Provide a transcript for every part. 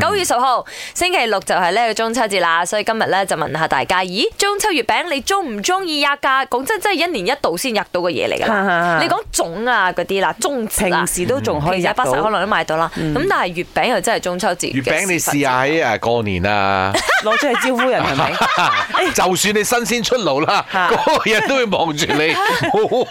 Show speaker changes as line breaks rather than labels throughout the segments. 九月十號星期六就係呢個中秋節啦，所以今日咧就問下大家，咦，中秋月餅你中唔中意吔噶？講真，真係一年一度先吔到嘅嘢嚟㗎啦。你講粽啊嗰啲啦，粽子啊
平，時都仲可以
其實
入
巴剎可
到，
能都買到啦。
嗯
咁但係月餅又真係中秋節。
月餅你試下喺誒過年 啊，
攞出去招呼人係咪？
就算你新鮮 出爐啦，
嚇
嗰個人都會望住你，好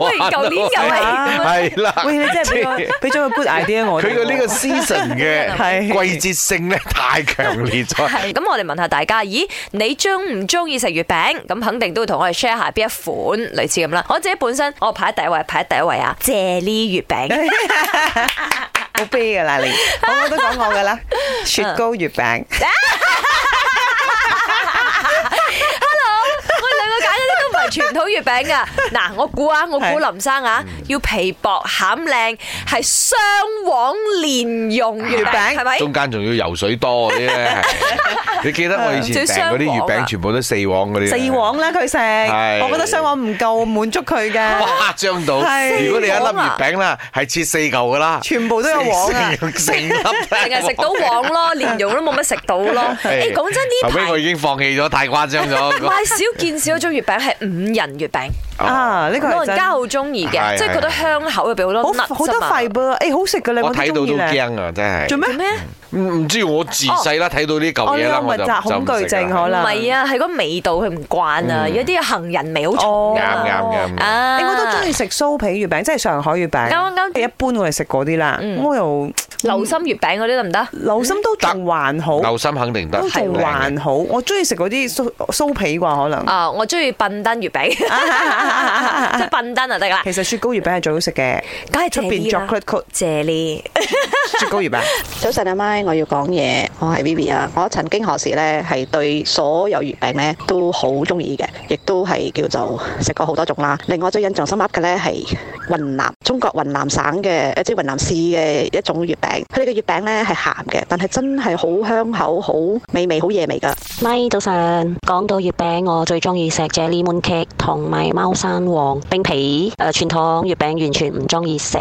喂
玩啊。
舊年又係
啊
係啦，
喂，你真係俾
即
個俾咗個 good idea 我哋喎。
佢嘅呢個 season 嘅
係
季節性咧太強烈 咗。
係咁我哋問下大家，咦，你中唔中意食月餅？咁肯定都會同我哋 share 下邊一款類似咁啦。我自己本身我排喺第一位，排喺第一位啊， 啫喱月餅。
好悲㗎啦，你我我都講我㗎啦，雪糕月 餅。
我哋兩個揀嗰啲都唔係傳統月餅噶。嗱，我估啊，我估
係
林生啊，要皮薄餡靚，係雙黃蓮蓉月餅，
餅
係咪？
中間仲要游水多嗰啲咧，你記得我以前訂嗰啲月餅全部都四黃嗰啲，
四黃啦佢食，
係
我覺得雙黃唔夠滿足佢㗎，
誇張到。
係
如果你一粒月餅啦，係切四嚿 噶啦，
全部都有黃啊！
成成粒淨
淨係食到黃咯，蓮蓉都冇乜食到咯。誒，講真呢
後 尾我已
排
經放棄咗，太誇 張咗。
買少見少嗰種月餅係五仁月餅，
啊，呢個
老人
係真
家好中意嘅，
係
即係覺得香口入邊好
好
多 nuts
好多
啊嘛
塊噃，誒好食㗎啦，
我
我
睇到
都
都
中意咧。
驚啊！真
做
係，
咩？
咩？
唔唔知我自細啦睇到呢嚿
我
嘢啦，
呢
我
個
就
密集恐懼症可
唔
能。
係啊，係嗰味道佢唔慣啊，有啲杏仁味好重
哦，
啱
啊。
啱啱
啊
哎誒我都中意食酥皮月餅，即係上海月餅。
啱啱嗯
一般我哋食嗰啲啦，我
嗯
又
流心月餅嗰啲得唔得？
流心都仲還好，
牛心肯定得，
都仲還好。我中意食嗰啲酥酥皮啩，可能。
啊，我中意笨登月 餅，即係笨登就得啦。
其實雪糕月餅係最好食嘅，
梗係
出邊 chocolate coat
啫喱。
雪糕月餅。
早晨阿媽，我要講嘢，我係 Vivi 啊。我曾經何時呢，係對所有月餅呢都好中意嘅，亦都係叫做食過好多種啦。令我最印象深刻嘅呢係雲南，中國雲南省嘅，呃即係雲南市嘅一種月餅。佢哋嘅月餅呢係鹹嘅，但係真係好香口、好美味、好嘢味㗎。
咪早晨，講到月餅，我最中意食啫喱 moon 呃 cake 同埋貓山王冰皮。誒、傳統月餅完全唔中意食。